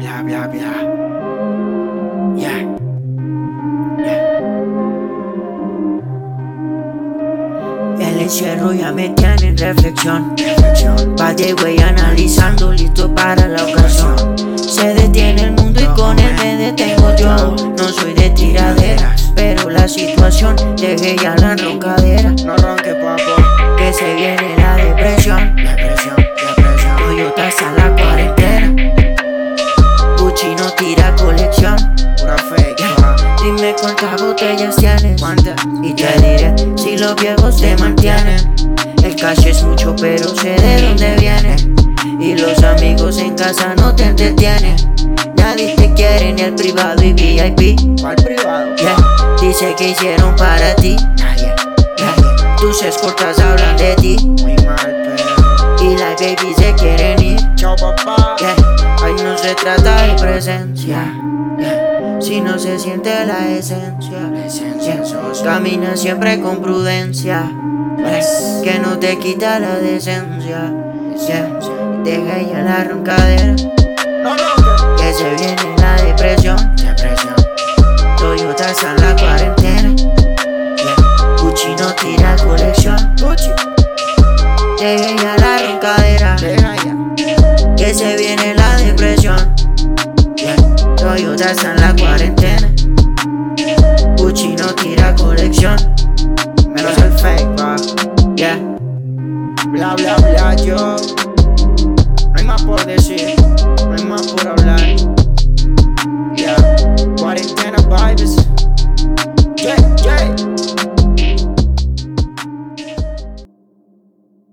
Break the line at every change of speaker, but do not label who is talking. habla. Ya. Ya. El encierro ya me tiene en reflexión. Va de güey analizando, listo para la ocasión. Se detiene el mundo y con él me detengo yo. No soy de tiraderas, pero la situación llegué ya a la roncadera.
No ronque papo,
Que se viene la depresión.
depresión, depresión.
Toyotas a la cuarentena. Gucci no tira colección.
Pura fake, ma.
Dime cuántas botellas tienes
Cuánta,
y te diré si los viejos se mantienen. El cash es mucho, pero sé de dónde viene. Y los amigos en casa no te entretienen. Nadie te quiere ni el privado y VIP.
¿cuál privado?
Yeah. Dice que hicieron para ti.
Nadie,
Yeah. Tus escortas hablan de ti.
muy mal, pero.
Y las baby se quieren ir.
Chao, papá.
Yeah. Ay, no se trata de presencia. yeah. Si no se siente la esencia.
Esencia, sos-
Camina siempre con prudencia,
Yes.
que no te quita la decencia. Yeah. Deja ya la roncadera,
No ronque.
que se viene la depresión.
Depresión,
Toyotas a la cuarentena,
yeah.
Gucci no tira colección.
Gucci,
Deja ya la roncadera,
deja ya.
que se viene la depresión. Yeah. Toyotas a la cuarentena, Gucci no tira colección.
Menos el fake, pa.
Yeah.
Bla, bla, bla, yo. No hay más por decir, no hay más por hablar. Yeah. Cuarentena vibes.